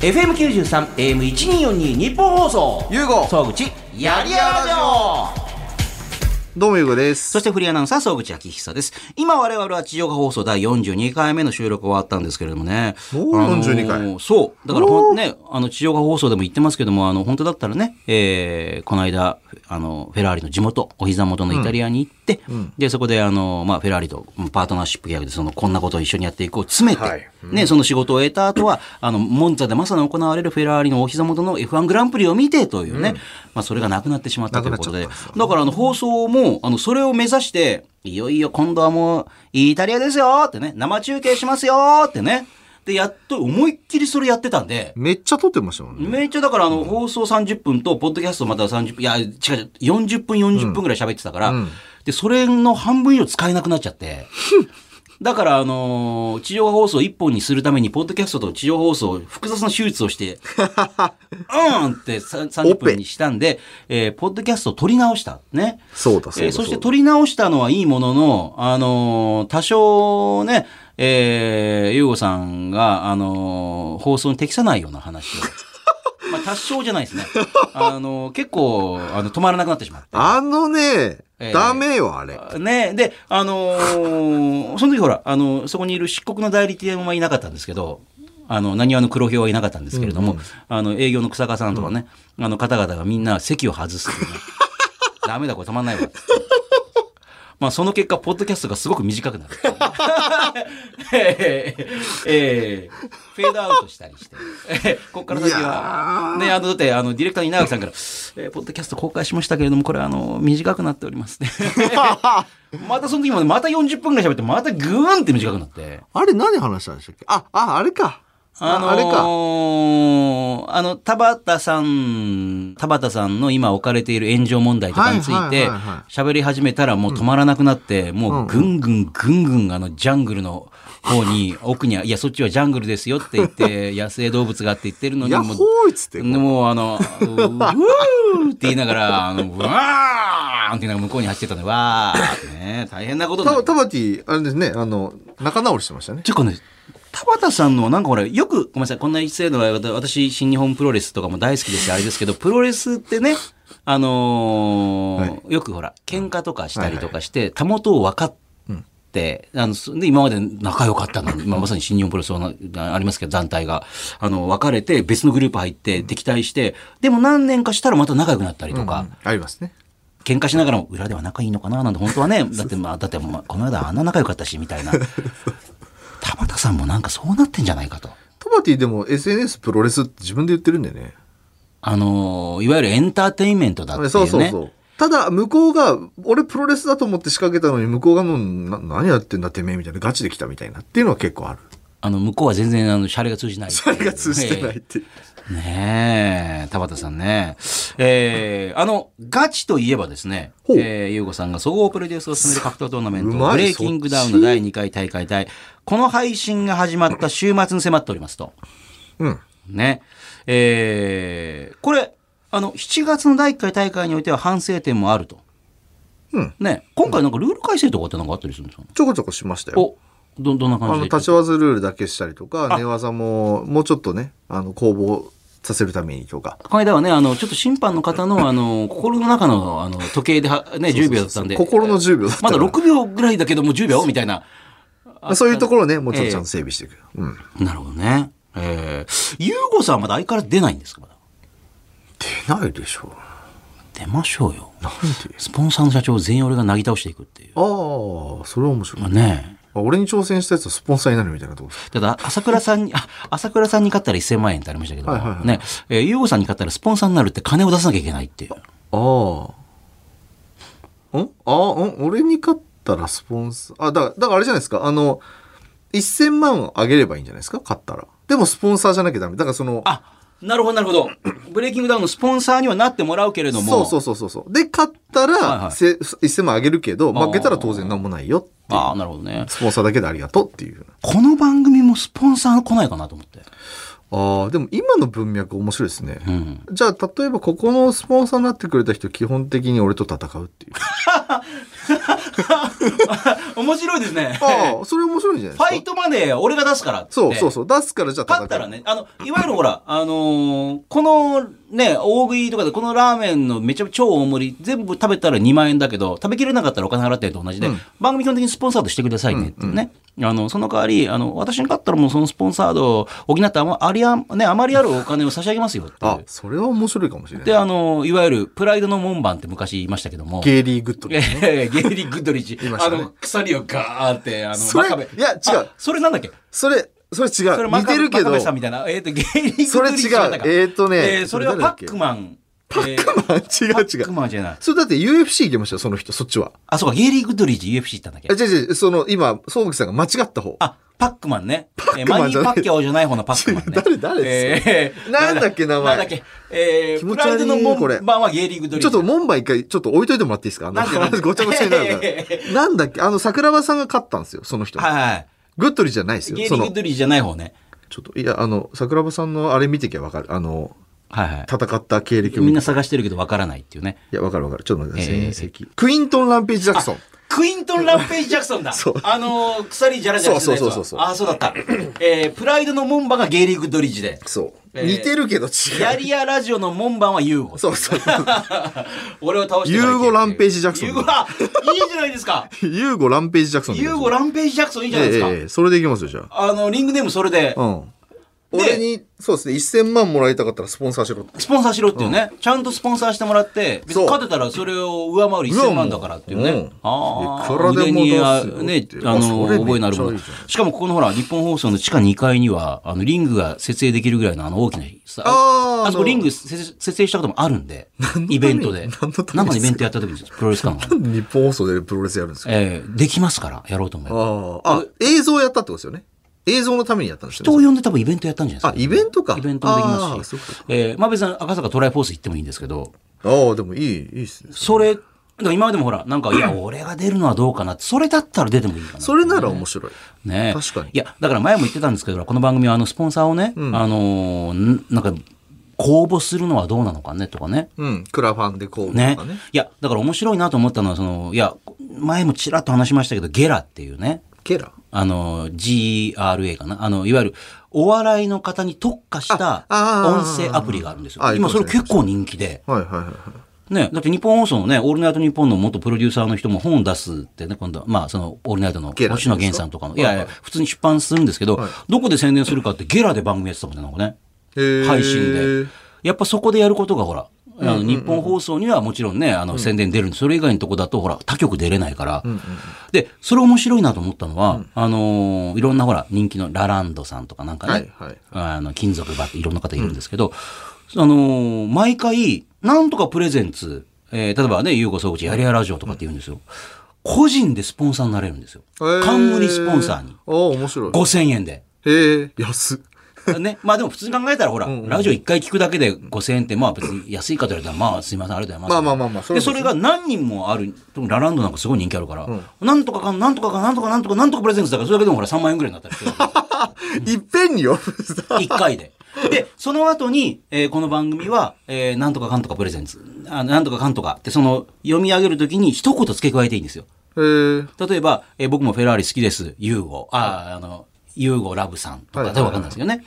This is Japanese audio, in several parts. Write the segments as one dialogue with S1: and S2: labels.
S1: FM93、AM1242、日本放送。
S2: ゆうご
S1: 総口、やりやらじょ
S2: どうもゆうごです
S3: そしてフリーアナウンサー、総口昭久です。今我々は地上波放送第42回目の収録終わったんですけれどもね。
S2: もう42回
S3: あのーそう。だからほんね、あの、地上波放送でも言ってますけども、あの、本当だったらね、えー、この間、あの、フェラーリの地元、お膝元のイタリアに行って、で、そこで、あの、まあ、フェラーリとパートナーシップ契約で、その、こんなことを一緒にやっていこう、詰めて、
S2: はい
S3: ね、その仕事を得た後は、あの、モンツァでまさに行われるフェラーリのお膝元の F1 グランプリを見てというね、まあ、それがなくなってしまったということで、
S2: なくなっちゃったんですよ
S3: だからあの放送も、あの、それを目指して、いよいよ今度はもう、イタリアですよーってね、生中継しますよーってね。で、やっと思いっきりそれやってたんで、
S2: めっちゃ撮ってましたもんね
S3: めっちゃだからあの、放送30分と、ポッドキャストまたは30分、いや、違う違う、40分40分ぐらい喋ってたから、で、それの半分以上使えなくなっちゃって、 だから、あのー地上波放送一本にするために、ポッドキャストと地上波放送、複雑な手術を して、うんってさ30分にしたんで、えーポッドキャストを撮り直した。ね。
S2: そうだそうだ
S3: えーそして
S2: そうだ
S3: 撮り直したのはいいものの、あのー多少ね、えー、ゆうごさんが、あのー放送に適さないような 話を。まあ、多少じゃないですね。あのー結構、あの、止まらなくなってしまって。
S2: あのね、
S3: えー
S2: ダメよあれ
S3: ねで、あのー その時ほら、あのそこにいる漆黒の代理店はいなかったんですけど、あの、何わの黒ひょうはいなかったんですけれども、あの、営業の草加さんとかね、あの方々がみんな席を外すっていうね ダメだ、これたまんないわ。 まあ、その結果、ポッドキャストがすごく短くなる。 えーえーフェードアウトしたりして、えーここから先
S2: い
S3: は
S2: や、ー
S3: ね、あの、だって、あの、ディレクターの稲垣さんから、えーポッドキャスト公開しましたけれども、これ、あの、短くなっておりますね。 またその時もねまた40分ぐらい喋って、またぐーんって短くなって。
S2: あれ何話したんでしたっけあああれかあ,、
S3: あのー、
S2: あれか
S3: あの、田畑さん、田畑さんの今置かれている炎上問題とかについ
S2: はいはい
S3: て
S2: はいは、
S3: 喋り始めたらもう止まらなくなって、もうぐんぐんぐんぐんあの、ジャングルの方に、奥には、いや、そっちはジャングルですよって言 って、野生動物がって言ってるのに、
S2: ヤッ
S3: も
S2: ホ
S3: う
S2: ーいっつって
S3: でもうあの、ううーって言いながら、あの、うわーって言いながら向こうに走ってたんで、わーってね、大変なことにな
S2: た
S3: る
S2: タバティあれですねあの仲直りしてましたね
S3: ちょっとね、田畑さんのはなんかほら、よく、ごめんなさい、こんな一斉の場合は、私、新日本プロレスとかも大好きですしあれですけ ど、プロレスってね、あのー
S2: は
S3: よくほら、喧嘩とかしたりとかして、たもとを分かって、あの、そで、今まで仲良かったのに、今まさに新日本プロレスはありますけど、団体が、あの、別れて、別のグループ入って、敵対して、でも何年かしたらまた仲良くなったりとか、
S2: うんありますね
S3: 喧嘩しながらも裏では仲いいのかななんて本当はね だってまあだってまあこの間あんな仲良かったしみたいな田畑さんもなんかそうなってんじゃないかと
S2: タバティでも SNS プロレスって自分で言ってるんでね
S3: あのーいわゆるエンターテインメントだっていうね
S2: そうそうそうただ向こうが俺プロレスだと思って仕掛けたのに向こうがもうな何やってんだてめえみたいなガチで来たみたいなっていうのは結構 ある
S3: あの向こうは全然あのシャレが通じない
S2: それが通じてないっていう
S3: ねえ、田畑さんね。えー、あの、ガチといえばですね、
S2: ほう
S3: えー、ゆうごさんが総合プロデュースを進める格闘トーナメン
S2: う
S3: ト、
S2: まい
S3: ブレイキングダウンの第2回大会対、この配信が始まった週末に迫っておりますと。
S2: うん
S3: ね。えー、これ、あの、7月の第1回大会においては反省点もあると。
S2: うん
S3: ね、今回なんかルール改正とかってなんかあったりするんですか、ね
S2: ちょこちょこしましたよ
S3: お、ど、どんな
S2: あ
S3: 感じ
S2: の
S3: で
S2: 立ち技ルールだけしたりとか寝技ももうちょっとねあの攻防させるためにとか
S3: この間はね、あの、ちょっと審判の方の、あの、心の中の、あの、時計では、ね、10秒だったんで。
S2: 心の10秒だった
S3: まだ
S2: から
S3: 6秒ぐらいだけども10秒みたいな。
S2: そういうところをねもうちょっとちゃんと整備していく、うん
S3: なるほどね。えー、ゆうごさんはまだ相変わらず出ないんですかまだ
S2: 出ないでしょう
S3: 出ましょうよ。
S2: なんで
S3: スポンサーの社長を全員俺がなぎ倒していくっていう。
S2: ああそれは面白い、
S3: まあね
S2: あ俺に挑戦したやつはスポンサーになるみたいなとこ
S3: ただ、朝倉さんに、あ、朝倉さんに勝ったら1000万円ってありましたけど、
S2: はいはいはい
S3: ね、えー、ゆうごさんに勝ったらスポンサーになるって金を出さなきゃいけないっていう。
S2: ああ。んああ、ん俺に勝ったらスポンサー。あ、だから、だからあれじゃないですか。あの、1000万を上げればいいんじゃないですか勝ったら。でもスポンサーじゃなきゃダメ。だからその、
S3: あ、なるほどなるほど。ブレイキングダウンのスポンサーにはなってもらうけれども。
S2: そうそうそうそうそう。で、勝ったら、
S3: はいはい
S2: せ1000万上げるけど、負けたら当然なんもないよっていう
S3: ああ、なるほどね。
S2: スポンサーだけでありがとうっていう。
S3: この番組もスポンサー来ないかなと思って。
S2: ああ、でも今の文脈面白いですね。
S3: ん
S2: じゃあ、 例えばここのスポンサーになってくれた人、基本的に俺と戦うっていう。
S3: 面白いです ね。
S2: ああ、それ面白いんじゃない
S3: フ
S2: ですか。
S3: ァイトマネー俺が出すからって。
S2: そうそうそう。出すからじゃあ
S3: 勝ったらね、あの、いわゆるほら、あのーこのね、大食いとかで、このラーメンのめちゃ超大盛り、全部食べたら2万円だけど、食べきれなかったらお金払ってると同じで、番組基本的にスポンサードしてくださいねってね。あの、その代わり、あの、私に勝ったらもうそのスポンサードを補ってあまありあ、ね、あまりあるお金を差し上げますよっていう
S2: あ、それは面白いかもしれ
S3: で、
S2: ない。
S3: あの、いわゆる、プライドの門番って昔言いましたけども。
S2: ゲイリーグッド
S3: ゲ
S2: で
S3: イ
S2: すね。
S3: リー・グッドリッチ、
S2: いまし
S3: あ
S2: たね
S3: の、鎖をガーって、あの、
S2: それ
S3: 真壁
S2: いや違う
S3: あそれなんだっけ
S2: それ、それ違
S3: それ
S2: う。似てるけ
S3: 真
S2: ど
S3: 壁、さんみたいな。えっ、と、ゲイリー・グッドリッチ
S2: それ違う
S3: だったか
S2: えーとね
S3: えーそれは
S2: それ誰だ
S3: パ
S2: っけ
S3: ックマン。えー
S2: あ 違う違
S3: パック
S2: う。
S3: マンじゃない。
S2: それだって UFC 行きましたよ、その人、そっちは。
S3: あ、そうか、ゲイリー・グッドリッチ UFC 行ったんだっけ
S2: え、違う違う、その、今、総口さんが間違った方。
S3: あ、パックマンね。
S2: ックマンじ
S3: えーマ
S2: ゃない
S3: ニーパッキャオじゃない方のパックマンね。
S2: 誰誰ですかなんだっけ名前
S3: なんだっけえー、
S2: 気
S3: プ
S2: 持ち悪い
S3: ライドの
S2: これ
S3: 門番はゲイリー・グッドリッ
S2: ちょ
S3: チ。
S2: っと門番一回、ちょっと置いといてもらっていいですかあの、
S3: なんでなんで
S2: 話ごちゃごちゃになるか
S3: いやいやい
S2: ら。なんだっけあの、桜庭さんが勝ったんですよ、その人。
S3: はいはい。
S2: グッドリじゃないです
S3: ゲイリ
S2: よ。そ
S3: ー・グッ
S2: の、
S3: ドリッチじゃない方ね。
S2: ちょっと、いや、あの、桜庭さんのあれ見てきゃわかる。あの、
S3: はいはい。
S2: 戦った経歴を
S3: み
S2: 見
S3: ん
S2: て。
S3: ない探してるけどわからないっていうね。
S2: や、わかるわかる。ちょっと待ってください
S3: ええ
S2: 戦績クイントン・ランページ・ジャクソン。
S3: クイントン・ランページ・ジャクソンだ。
S2: そう
S3: あのー、鎖じゃらじゃらしてたやつ
S2: そうそうそうそうそう
S3: ああ、そうだった。えー、プライドの門番がゲイリー・グッドリッジで。
S2: そう。
S3: ええ
S2: 似てるけ ど違
S3: ヤ
S2: う。
S3: リアラジオの門番はユーゴ。
S2: そうそう。
S3: 俺を倒してから行け
S2: ユーゴランページジャクソン
S3: ユーゴラ、いいじゃないです か。
S2: ユーゴ・ランページ・ジャクソンでいき
S3: ユ
S2: ま
S3: ー
S2: しょ
S3: ゴ
S2: う。
S3: ランページ・ジャクソンいいじゃないですか。
S2: ええええそれでいきますよ、じゃあ。
S3: あの、リングネームそれで、
S2: うん。
S3: で
S2: 俺に、そうですね、1000万もらいたかったらスポンサーしろって。
S3: スポンサーしろっていうね、ちゃんとスポンサーしてもらって、別に
S2: そう
S3: 勝てたらそれを上回る1000万だからっていうね。
S2: うん
S3: ああ、
S2: いくら
S3: 腕
S2: でも
S3: にあ
S2: 出すよ
S3: ね
S2: ってい、う
S3: あ
S2: あそ
S3: の、
S2: れ
S3: 覚えのあるも
S2: め
S3: の
S2: っちゃいいじゃ。
S3: しかもここのほら、日本放送の地下2階には、あの、リングが設営できるぐらいのあの大きな、
S2: あー
S3: あそこ
S2: あの
S3: リングせ設営したこともあるんで、イベント で
S2: 何のためです。か
S3: なんかのイベントやった時にプロレス館が。
S2: 日本放送でプロレスやるんですか
S3: えーできますから、やろうと思えば。
S2: ああ。あ、映像やったってことですよね。映像のためにやったんです
S3: 人
S2: よ
S3: を
S2: ね。
S3: 呼んで多分イベントやったんじゃない
S2: あ、
S3: です
S2: イ
S3: か。
S2: ベントか。
S3: イベントもでき
S2: あ
S3: ま
S2: あ
S3: す
S2: そ
S3: し
S2: っか。
S3: えーまあ別に赤坂トライフォース行ってもいいんですけど、
S2: ああ、でもいい、いいっすね。
S3: それ、だから今までもほら、なんか、 いや、俺が出るのはどうかなって、それだったら出てもいいかな。
S2: それなら面白い。
S3: ね
S2: 確かに
S3: いや、だから前も言ってたんですけど、この番組はあの、スポンサーをね、あのーんなんか、公募するのはどうなのかね、とかね。
S2: うん。クラファンでこうと
S3: ね
S2: かね。。
S3: いや、だから面白いなと思ったのは、その、いや、前もちらっと話しましたけど、ゲラっていうね、
S2: ケラ。
S3: あの、GRA かな。あの、いわゆる、お笑いの方に特化した
S2: ああー
S3: 音声アプリがあるんですよ
S2: あ。ー
S3: 今それ
S2: 言って
S3: 結
S2: ま
S3: 構人気で。
S2: はいはいはいはい。
S3: ね、だって日本放送のね、オールナイトニッポンの元プロデューサーの人も本を出すってね、今度は、まあ、その、オールナイトの
S2: ゲラです
S3: 星野源さんとかの、いやいや、普通に出版するんですけど、どこで宣伝するかってゲラで番組やってたもんね、なんかね。
S2: へー
S3: 配信で。。やっぱそこでやることが、ほら、あの日本放送にはもちろんね、あの宣伝出るんで、それ以外のとこだと、ほら、他局出れないから。で、それ面白いなと思ったのは、あのーいろんなほら、人気のラランドさんとかなんかね、
S2: はいはい
S3: あの金属バッていろんな方いるんですけど、あのー毎回、なんとかプレゼンツ、えー例えばね、ゆうこ総口やりやラジオとかって言うんですよ。個人でスポンサーになれるんですよ。
S2: へー
S3: 冠スポンサーに。
S2: ああ、面白い。
S3: 5000円で。
S2: へえ、安っ。
S3: ね、まあでも普通に考えたらほら、ラジオ一回聞くだけで5000円ってまあ別に安いかと言われたらまあすいませんありがとうございます。
S2: まあまあまあまあそ
S3: そで
S2: れは
S3: そう
S2: そで
S3: れが
S2: す
S3: 何人もある特にラランドなんかすごい人気あるから、なんとかかんなんとかかんなんとかなんとかなんとかプレゼンツだからそれだけでもほら3万円ぐらいになったりしてるわけですよ
S2: いっぺんによ。
S3: 一回で。で、その後に、えーこの番組は、えーなんとかかんとかプレゼンツ、あなんとかかんとかって、その、読み上げるときに一言付け加えていいんですよ。
S2: へえ。
S3: 例えば、えー僕もフェラーリ好きです、ユーゴ、あー、あの、ユーゴラブさんと
S2: は
S3: か、
S2: い
S3: でわかんないですけどね。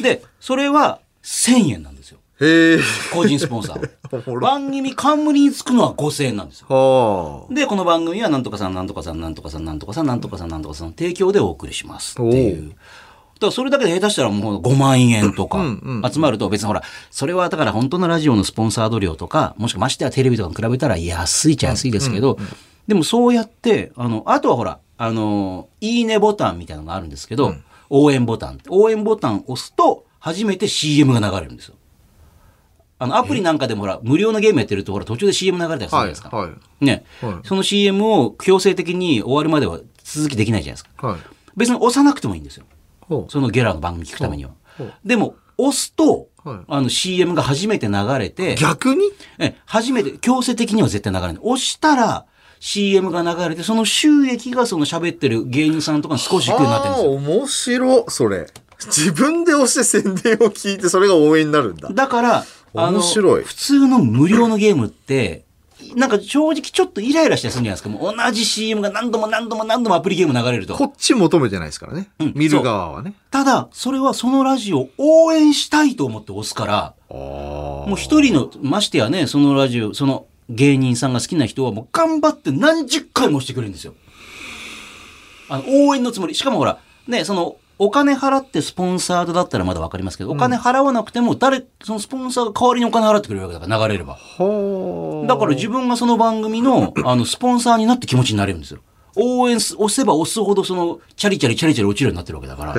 S3: で、それは1000円なんですよ。
S2: へえ。
S3: 個人スポンサー
S2: おも
S3: は。
S2: ろ
S3: 番組冠につくのは5000円なんですよ。
S2: はあ。
S3: で、この番組はなんとかさん、なんとかさん、なんとかさん、なんとかさん、なんとかさん、なんとかさんの提供でお送りしますっていう。だからそれだけで下手したらもう5万円とか集まると別にほら、それはだから本当のラジオのスポンサード料とか、もしくはましてはテレビとかに比べたら安いっちゃ安いですけど、でもそうやって、あの、あとはほら、あの、いいねボタンみたいなのがあるんですけど、応援ボタン。応援ボタンを押すと、初めて CM が流れるんですよ。あの、アプリなんかでもほら、無料のゲームやってるとほら、途中で CM 流れたりするじゃないですか。
S2: はいはい
S3: ね、
S2: はい
S3: その CM を強制的に終わるまでは続きできないじゃないですか。
S2: はい。
S3: 別に押さなくてもいいんですよ。
S2: ほう
S3: そのゲラの番組聞くためには
S2: ほうほ。
S3: でも、押すと、
S2: はい
S3: あの CM が初めて流れて、
S2: 逆に
S3: え初めて、強制的には絶対流れない。押したら、CM が流れて、その収益がその喋ってる芸人さんとかに少し行くようになってるん
S2: あ
S3: です
S2: あ
S3: よ。
S2: 面白それ自分で押して宣伝を聞いてそれが応援になるんだ
S3: だから、あの、
S2: 面白い
S3: 普通の無料のゲームって、なんか正直ちょっとイライラしてするんじゃないですか。もう同じ CM が何度も何度も何度もアプリゲーム流れると
S2: こ。っち求めてないですからね。
S3: うん
S2: 見る側はね。
S3: ただ、それはそのラジオを応援したいと思って押すから、
S2: あ
S3: もう一人の、ましてやね、そのラジオ、その芸人さんが好きな人はもう頑張って何十回も押してくれるんですよ。あの、応援のつもり。しかもほら、ね、その、お金払ってスポンサードだったらまだわかりますけど、お金払わなくても誰、そのスポンサーが代わりにお金払ってくれるわけだから、流れれば。
S2: はあ
S3: だから自分がその番組の、あの、スポンサーになって気持ちになれるんですよ。応援す押せば押すほど、その、チャリチャリチャリチャリ落ちるようになってるわけだから。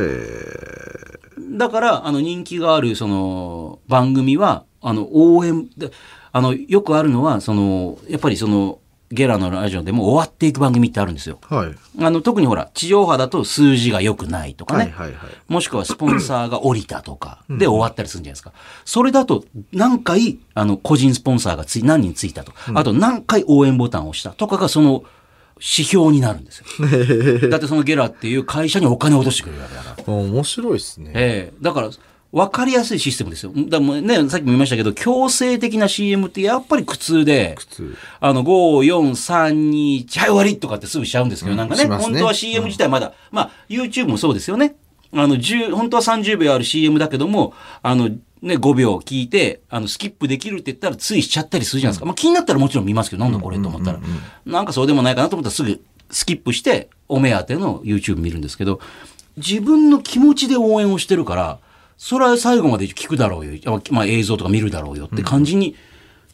S3: だから、あの、人気がある、その、番組は、あの、応援、であの、よくあるのは、その、やっぱりその、ゲラのラジオでも終わっていく番組ってあるんですよ。
S2: はい。
S3: あの、特にほら、地上波だと数字が良くないとかね。
S2: はいはいはい。
S3: もしくはスポンサーが降りたとか、で終わったりするんじゃないですか。それだと、何回、あの、個人スポンサーがつい、何人ついたと、あと何回応援ボタンを押したとかが、その、指標になるんですよ。 だってそのゲラっていう会社にお金を落としてくれるわけだから。
S2: あ面白いですね。
S3: ええだから、分かりやすいシステムですよ。だからもうね、さっきも言いましたけど、強制的な CM ってやっぱり苦痛で、
S2: 普通。
S3: あの、5、4、3、2、1、はい、終わりとかってすぐしちゃうんですけど、なんかね、
S2: しますね
S3: 本当は CM 自体まだ、まあ、YouTube もそうですよね。あの、10、本当は30秒ある CM だけども、あの、ね、5秒聞いて、あの、スキップできるって言ったら、ついしちゃったりするじゃないですか。まあ、気になったらもちろん見ますけど、なんだこれと思ったら。なんかそうでもないかなと思ったら、すぐスキップして、お目当ての YouTube 見るんですけど、自分の気持ちで応援をしてるから、それは最後まで聞くだろうよ。あまあ、映像とか見るだろうよって感じに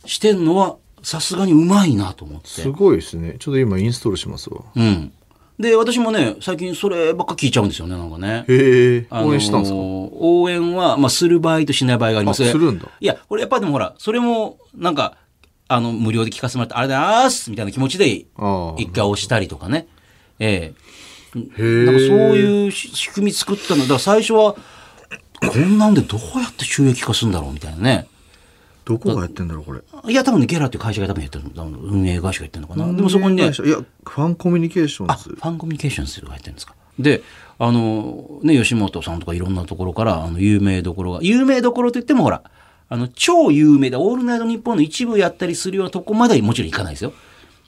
S3: してんのは、さすがにうまいなと思って。
S2: すごいですね。ちょっと今インストールしますわ。
S3: うん。で、私もね、最近そればっか聞いちゃうんですよね、なんかね。
S2: へえ。
S3: あのー
S2: 応援したんですか
S3: 応援は、まあ、する場合としない場合があります。
S2: あするんだ
S3: いや、これやっぱでもほら、それも、なんか、あの、無料で聞かせてもらって、あれだーすみたいな気持ちで、一
S2: ああ
S3: 回押したりとかね。ええ
S2: へえ
S3: なんかそういうし仕組み作ったの。だから最初は、こんなんでどうやって収益化するんだろうみたいなね。
S2: どこがやってんだろう、これ。
S3: いや、多分ね、ゲラっていう会社が多分やってる多分運営会社がやってるのかな。でもそこにね、
S2: いや、ファンコミュニケーション
S3: フ
S2: ズ。
S3: ァンコミュニケーションするが入ってるんですか。で、あの、ね、吉本さんとかいろんなところから、あの、有名どころが、有名どころといってもほら、あの、超有名だ、オールナイトニッポンの一部やったりするようなとこまでもちろん行かないですよ。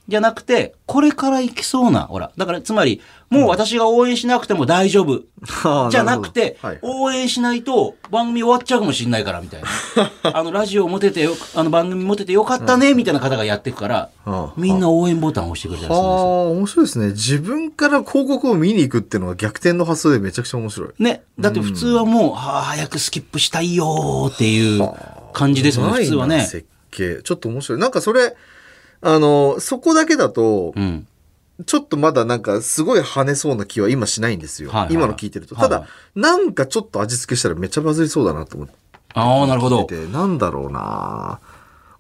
S3: じゃなくて、これから行きそうな、ほら、だからつまり、もう私が応援しなくても大丈夫。
S2: あ あ
S3: じゃなくて、
S2: なるほど
S3: 応
S2: はい
S3: 援しないと番組終わっちゃうかもしれないから、みたい な。あの、ラジオ持ててよ、あの番組持ててよかったね、みたいな方がやってくから
S2: ああ、
S3: みんな応援ボタンを押してくれたり
S2: あ
S3: するんですよ。
S2: あ、面白いですね。自分から広告を見に行くっていうのは逆転の発想でめちゃくちゃ面白い。
S3: ね、だって普通はもう、はあ、早くスキップしたいよーっていう感じですもんね、普通は
S2: うまいな
S3: ね。
S2: 設計。ちょっと面白い。なんかそれ、あの、そこだけだと
S3: う、ん。
S2: ちょっとまだなんかすごい跳ねそうな気は今しないんですよ。
S3: はいはい
S2: 今の聞いてると。
S3: はい
S2: ただ、なんかちょっと味付けしたらめっちゃバズりそうだなと思って
S3: ああ、なるほど。
S2: て、なんだろうな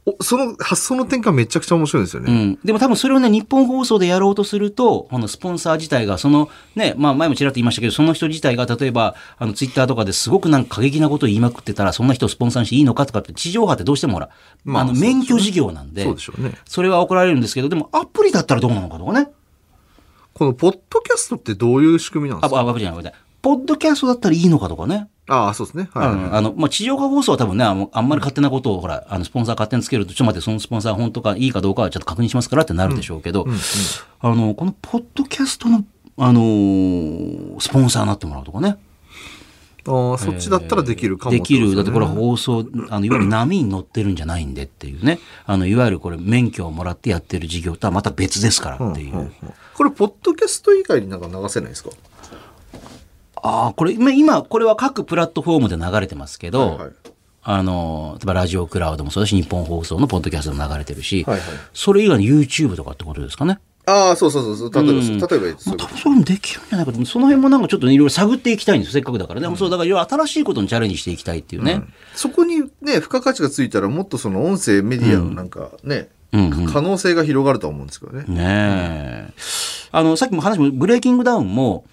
S2: おその発想の転換めちゃくちゃ面白いんです
S3: う
S2: よね。
S3: ん、でも多分それをね、日本放送でやろうとすると、このスポンサー自体が、そのね、まあ前もちらっと言いましたけど、その人自体が例えば、あのツイッターとかですごくなんか過激なことを言いまくってたら、そんな人をスポンサーにしていいのかとかって、地上波ってどうしてもほら、
S2: まあ
S3: あの
S2: そうでしょうね
S3: 免許事業なんで
S2: そうでしょうね。
S3: それは怒られるんですけど、でもアプリだったらどうなのかとかね。
S2: このポッドキャストってどういう仕組みなん
S3: あ、
S2: ですか
S3: あ、アプリじゃない、アプリじゃないポッドキャストだったらいいのかとかね。
S2: ああ、そうですね。はい、
S3: うんあの、まあ、地上波放送は多分ね、あのあんまり勝手なことを、ほら、あの、スポンサー勝手につけると、ちょっと待って、そのスポンサー本当かいいかどうかはちょっと確認しますからってなるでしょうけど、あの、このポッドキャストの、あのースポンサーになってもらうとかね。
S2: ああ、そっちだったらできるかも、
S3: できる。だってこれ
S2: は
S3: 放送、あの、いわゆる波に乗ってるんじゃないんでっていうね。あの、いわゆるこれ免許をもらってやってる事業とはまた別ですからっていう。
S2: これ、ポッドキャスト以外になんか流せないですか
S3: ああ、これ、今今、これは各プラットフォームで流れてますけど、
S2: はいはい
S3: あの、例えばラジオクラウドもそうだし、日本放送のポッドキャストも流れてるし、
S2: はいはい
S3: それ以外の YouTube とかってことですかね。
S2: ああ、そうそうそうそう。例えば、
S3: うん
S2: 例えばそ
S3: ま
S2: うい
S3: あ、
S2: うこ
S3: 多分
S2: と
S3: そういうのできるんじゃないかと。その辺もなんかちょっとねいろいろ探っていきたいんですよ、せっかくだからね。そう、だからいろいろ新しいことにチャレンジしていきたいっていうね。
S2: そこにね、付加価値がついたら、もっとその音声メディアのなんかね、
S3: うんうん
S2: 可能性が広がるとは思うんですけどね。
S3: ねえ。あの、さっきも話も、ブレイキングダウンも、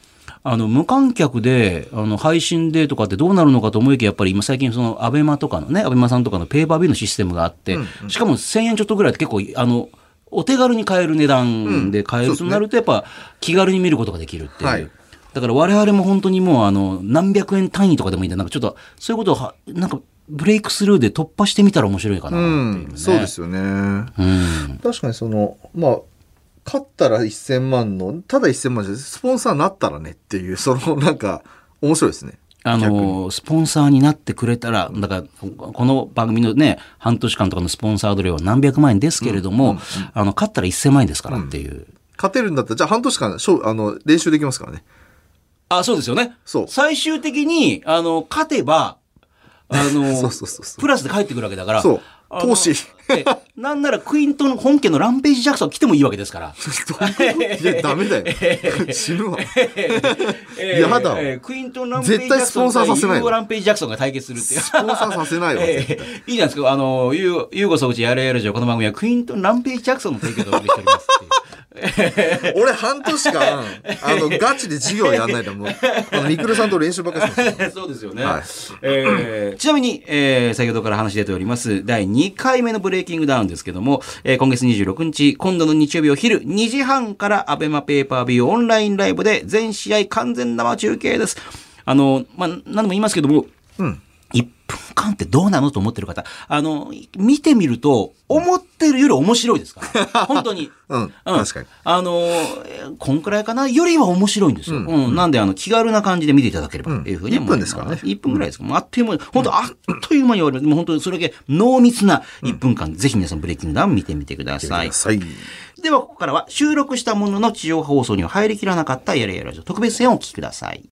S3: あの、無観客で、あの、配信でとかってどうなるのかと思いきや、やっぱり今最近その、アベマとかのね、アベマさんとかのペーパービューのシステムがあって、しかも1000円ちょっとぐらいって結構、あの、お手軽に買える値段で買えるとなると、やっぱ気軽に見ることができるっていう。
S2: はい
S3: だから我々も本当にもうあの何百円単位とかでもいいんだなんかちょっとそういうことをはなんかブレイクスルーで突破してみたら面白いかな
S2: う
S3: っていう、ね
S2: ん、そうで。すよね。
S3: うん。
S2: 確かにその、まあ、勝ったら1000万の、ただ1000万じゃなくてスポンサーになったらねっていう、そのなんか、面白いですね。
S3: あの、スポンサーになってくれたら、だから、この番組のね、半年間とかのスポンサード料は何百万円ですけれども、あの、勝ったら1000万円ですからっていう。
S2: 勝てるんだったら、じゃあ半年間、勝あの、練習できますからね。
S3: あ、そうですよね。
S2: そう
S3: 最終的に、あの、勝てば、あ の、
S2: そうそうそうそう
S3: プラスで帰ってくるわけだから。
S2: そう
S3: あの
S2: 投資。
S3: えなんならクイントの本家のランページ・ジャクソン来てもいいわけですから。
S2: どういうこといや、ダメだよ。死ぬわ。
S3: え
S2: やだ
S3: えクイントン・ランページ・ジャ
S2: 絶
S3: ク
S2: 対ス
S3: ソ
S2: ポ
S3: ン
S2: ンサー
S3: と
S2: させないわ
S3: ユーゴ・ランページ・ジャクソンが対決するっていう。
S2: スポンサーさせないわ。
S3: え
S2: 絶
S3: えいいじゃないですか。あの、ゆう、ゆうご総口やれやれじゃこの番組はクイントン・ランページ・ジャクソンの提供でお送りしておりますっていう。
S2: 対俺半 年間、あの、ガチで授業やんないともう、あの、ミクルさんと練習ばっかりしてます。
S3: そうですよね。
S2: はい
S3: え ーちなみに、えー先ほどから話出ております、第2回目のブレイキングダウンですけども、えー今月26日、今度の日曜日お昼2時半から、アベマペーパービューオンラインライブで、全試合完全生中継です。あの、まあ、何度も言いますけども、
S2: うん。
S3: 1分間ってどうなのと思ってる方、あの、見てみると、思ってるより面白いですから。本当 に。
S2: うん確かに。
S3: あのーえーこんくらいかなよりは面白いんですよ。うん。なんで、あの、気軽な感じで見ていただければというふうに思います。
S2: 1分ですからね
S3: 1分ぐらいですか。もうあっという間に、本当あっという間に終わります。もう本当にそれだけ濃密な1分間、ぜひ皆さんブレイキングダウン見てみてください。
S2: さい。
S3: では、ここからは収録したものの地上波放送には入りきらなかったやれやれラジオ特別編をお聞きください。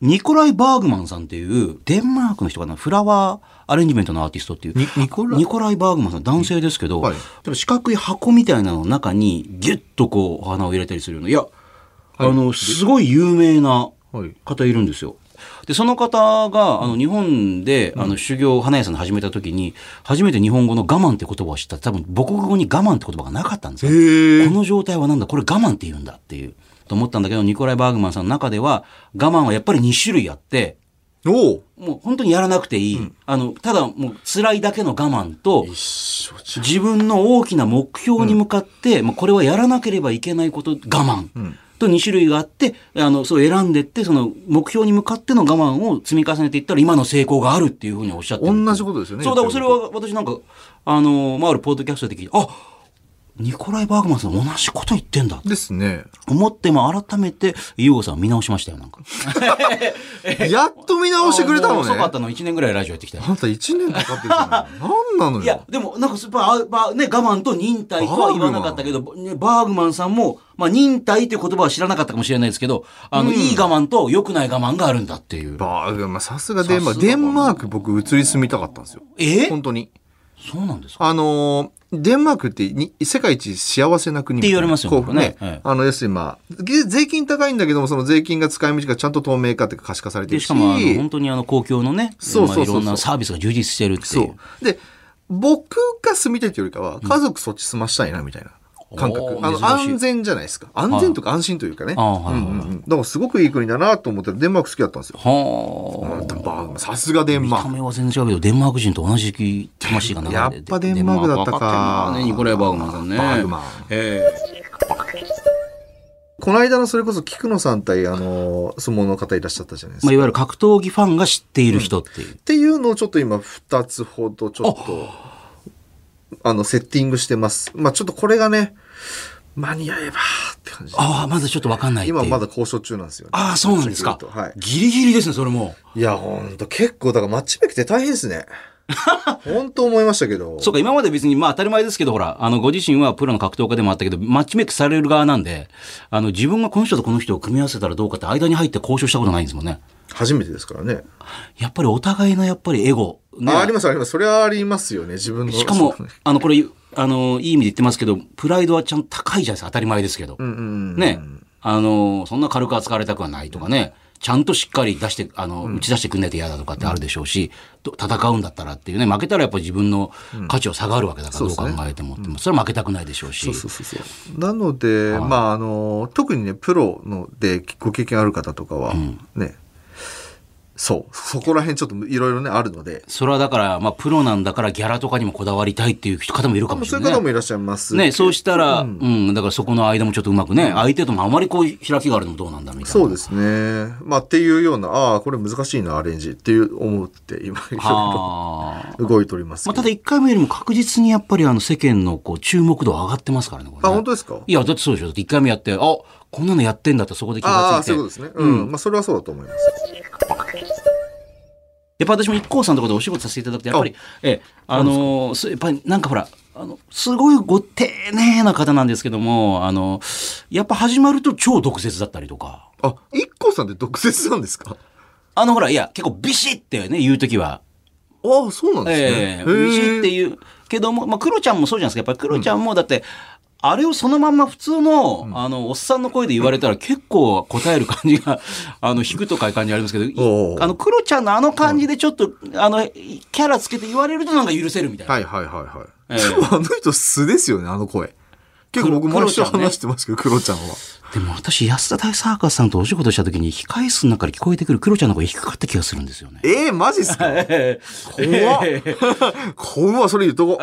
S3: ニコライ・バーグマンさんっていう、デンマークの人かな、フラワーアレンジメントのアーティストっていう。
S2: ニニコラ
S3: ニコライ・バーグマンさん、男性ですけど、
S2: はい
S3: 多分四角い箱みたいなのの中に、ギュッとこう、お花を入れたりするような。いや、あの、すごい有名な
S2: はい
S3: 方いるんですよ。で、その方が、あの、日本で、あの、修行を花屋さんで始めた時に、初めて日本語の我慢って言葉を知った。多分、母国語に我慢って言葉がなかったんですよ。
S2: へえ。
S3: この状態はなんだこれ我慢って言うんだっていう。と思ったんだけど、ニコライ・バーグマンさんの中では、我慢はやっぱり2種類あって、
S2: おう
S3: もう本当にやらなくていい。あの、ただもう辛いだけの我慢と、
S2: 一緒じ
S3: 自分の大きな目標に向かって、もうこれはやらなければいけないこと我慢、と2種類があってあのそう選んでってその目標に向かっての我慢を積み重ねていったら今の成功があるっていうふうにおっしゃってる
S2: 同じことですよね
S3: そうだ
S2: 言
S3: から
S2: って
S3: そ
S2: る
S3: れ
S2: こと
S3: は私なんかあのまああるポッドキャストで聞いてあニコライ・バーグマンさん同じこと言ってんだ
S2: ゃん。ですね。
S3: 思っても改めてユーゴさんを見直しましたよなんか
S2: やっと見直してくれたの
S3: もう
S2: ね。
S3: 遅かったの1年ぐらいラジオやってきたよ
S2: あんた1年かかってるじゃ ない。何なのよ。
S3: いや、でも、なんかす、ば、ば、ね、我慢と忍耐とは言わなかったけど、ねバーグマンさんも、まあ、忍耐という言葉は知らなかったかもしれないですけど、あの、いい我慢と良くない我慢があるんだっていう。
S2: バーグまあさすがデンマー
S3: さすが
S2: ク。デ
S3: だな
S2: ンマーク僕移り住みたかったんですよ。
S3: え
S2: 本当に。
S3: そうなんですか
S2: あのーデンマークってに世界一幸せな国
S3: って言われますよね
S2: こうね。
S3: はい
S2: あの、要するにまあ、げ税金高いんだけども、その税金が使い道がちゃんと透明化っていうか可視化されて
S3: で、
S2: る
S3: し
S2: し。
S3: かも、あの、本当にあの、公共のね、
S2: そうそうそうそう
S3: まあいろんなサービスが充実してるってい。
S2: そうう。で、僕が住みたいというよりかは、家族そっち住ましたいな、みたいな感覚。
S3: おー
S2: あの、
S3: 珍しい
S2: 安全じゃないですか。安全とか安心というかね。
S3: あーはいはいはい
S2: うんうんうんだからすごくいい国だなと思って、デンマーク好きだったんですよ。
S3: はあ。
S2: うんバーグさすがデン
S3: 見
S2: マ
S3: た
S2: ーク。
S3: 目は全然違うけど、デンマーク人と同じ魂が流れて
S2: やっぱデンマークだったか
S3: デンマーク分ってんなね、ニコライ・バーグマンさんね。
S2: バーグマン
S3: ええ
S2: この間のそれこそ菊野さん対、あのー、相撲の方いらっしゃったじゃないです
S3: まあ、
S2: か。
S3: いわゆる格闘技ファンが知っている人っていう。
S2: っていうのをちょっと今2つほどちょっと、あの、セッティングしてます。まあちょっとこれがね、間に合えばって感じで。
S3: ああ、まだちょっとわかんないっていう。
S2: 今まだ交渉中なんですよね。
S3: ああ、そうなんですか
S2: ちょっと言うとはい。
S3: ギリギリですね、それも。
S2: いや、ほんと、結構、だからマッチメイクって大変です ね。ほんと思いましたけど。
S3: そうか、今まで別に、まあ当たり前ですけど、ほら、あの、ご自身はプロの格闘家でもあったけど、マッチメイクされる側なんで、あの、自分がこの人とこの人を組み合わせたらどうかって間に入って交渉したことないんですもんね。
S2: 初めてですからね。
S3: やっぱりお互いのやっぱりエゴ。ね
S2: ああります、あります。それはありますよね、自分の。
S3: しかも、あの、これ、あの、いい意味で言ってますけど、プライドはちゃんと高いじゃないですか、当たり前ですけど。
S2: うんうん。
S3: ね。あの、そんな軽く扱われたくはないとかね。ちゃんとしっかり出して、あの、打ち出してくんないと嫌だとかってあるでしょうし、と戦うんだったらっていうね、負けたらやっぱ自分の価値を下がるわけだから、
S2: うん
S3: どう考
S2: そうですね
S3: えても、でもそれは負けたくないでしょうし。
S2: そうそうそう。なので、まあ、あの、特にね、プロのでご経験ある方とかは、ね、そう。そこら辺ちょっといろいろね、あるので。
S3: それはだから、まあ、プロなんだからギャラとかにもこだわりたいっていう方もいるかもし
S2: そ
S3: れ
S2: うい
S3: な
S2: う
S3: い。
S2: 方もいらっしゃいます。
S3: ね、そうしたら、うん、だからそこの間もちょっとうまくね、相手ともあまりこう開きがあるのもどうなんだみたいな。
S2: そうですね。まあ、っていうような、ああ、これ難しいな、アレンジっていう思って、今、いろ
S3: はい
S2: ろ動いております
S3: まあ、
S2: けど。
S3: ただ1回目よりも確実にやっぱりあの世間のこう注目度は上がってますからね、これね
S2: あ、本当ですか
S3: いや、だってそうでしょ。だって1回目やって、あこんなのやってんだってそこで気
S2: あ
S3: が
S2: あ、
S3: つい
S2: そう
S3: て。
S2: いうことですね。うん。まあ、それはそうだと思います。
S3: やっぱ私も IKKO さんとかでお仕事させていただくと、やっぱり、ええ、あのー、すやっぱりなんかほら、あの、すごいご丁寧な方なんですけども、あの、やっぱ始まると超毒舌だったりとか。
S2: あ、一個さんって毒舌なんですか
S3: あのほら、いや、結構ビシってね、言うときは、
S2: ああ、そうなんですね。
S3: ええ
S2: へえ
S3: ビシっていうけども、まあ、クロちゃんもそうじゃないですか。やっぱりクロちゃんも、だって、あれをそのまんま普通の、あの、おっさんの声で言われたら結構答える感じが、 あの、引くとかいう感じありますけど、い
S2: おう
S3: あの、クロちゃんのあの感じでちょっと、あの、キャラつけて言われるとなんか許せるみたいな。
S2: はいはいはいはい。
S3: ええ
S2: でもあの人素ですよね、あの声。結構僕、
S3: 黒
S2: 毎週
S3: 黒ちゃんね
S2: 話してますけど、クロちゃんは。
S3: でも私、安田大サーカスさんとお仕事した時に、控え室の中で聞こえてくるクロちゃんの声低かった気がするんですよ ね。
S2: ええマジっすか 怖っ。怖っ、それ言うとこ。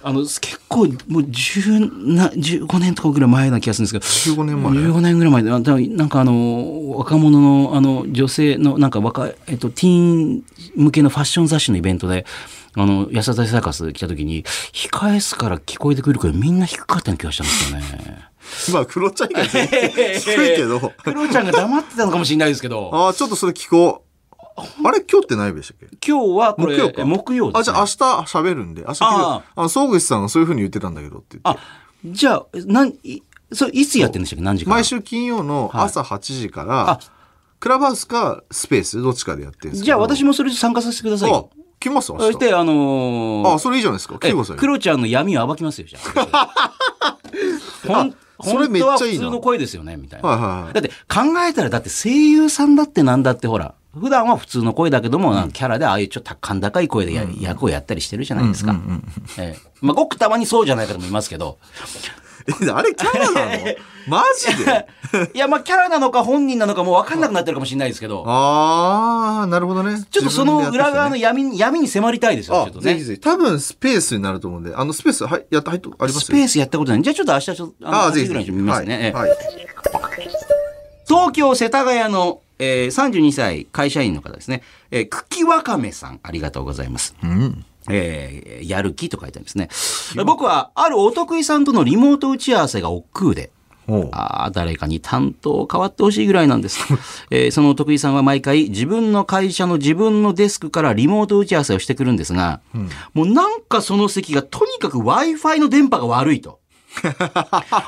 S3: あの結構もう10な15年とかぐらい前な気がするんですけど
S2: 15年前
S3: 15年ぐらい前であでもなんかあの若者のあの女性のなんか若い、えっと、ティーン向けのファッション雑誌のイベントであの安田大サーカス来た時に控え室から聞こえてくるからみんな低かったような気がしたんですよね。
S2: まあ、クロちゃん以外全然低いけど。
S3: クロちゃんが黙ってたのかもしれないですけど
S2: ああ、ちょっとそれ聞こう。あれ、今日って何曜日でしたっけ
S3: 今日はこ
S2: 木
S3: れ
S2: 曜か。
S3: 木曜で
S2: あ、
S3: す、
S2: じ
S3: ね
S2: ゃ、あ明日喋るんで。明日聞いて
S3: あ
S2: あの、総口さんがそういうふうに言ってたんだけどって言って。
S3: あじゃあなんいそれいつやってるんでしたっけ何時から
S2: 毎週金曜の朝8時から
S3: あ、
S2: クラブハウスかスペース、どっちかでやってるんですけど
S3: じゃあ私もそれ参加させてください
S2: あ
S3: よ。、
S2: 来ます明
S3: そし
S2: 日。
S3: て、あのー
S2: あ、それいいじゃないですか。来
S3: え
S2: てくださいよ
S3: クロちゃんの闇を暴きますよ、じゃあ。 ほん
S2: あそれめっ
S3: 本
S2: ちゃいいな
S3: 当は普通の声ですよね、みたいな。
S2: はいはいはい
S3: だって考えたら、だって声優さんだってなんだってほら、普段は普通の声だけども、なんかキャラでああいうちょっと甲高い声でや役をやったりしてるじゃないですか。ええまあ、ごくたまにそうじゃない方もいますけど、
S2: え、あれキャラ なのマジで
S3: いや、まあ、キャラなのか本人なのかもう分かんなくなってるかもしれないですけど、
S2: ああ、なるほどね。
S3: ちょっとその裏側の
S2: 自
S3: 闇に闇に迫りたいですよ、ちょ
S2: 分
S3: っ
S2: で
S3: と
S2: やっ
S3: ね。
S2: てきてね、あ、ぜひぜひ。多分スペースになると思うんで、あの、スペース、はい、やった、入っと、ありま
S3: ス
S2: す
S3: ペ
S2: よ。
S3: ースやったことない。じゃあちょっと明日ちょっと、あの、
S2: あ
S3: 8
S2: ー、ぜ
S3: 時
S2: ひ
S3: ぐ
S2: ぜ
S3: らい
S2: ひ。
S3: に見ますね。ええ
S2: はい。はい
S3: 東京世田谷の、えー、32歳会社員の方ですね。えー、茎わかめさん、ありがとうございます。
S2: うん。
S3: えーやる気と書いてありますね。僕は、あるお得意さんとのリモート打ち合わせが億劫で、
S2: おう
S3: ああ、誰かに担当変わってほしいぐらいなん です。えーそのお得意さんは毎回自分の会社の自分のデスクからリモート打ち合わせをしてくるんですが、もうなんかその席がとにかく Wi-Fi の電波が悪い と。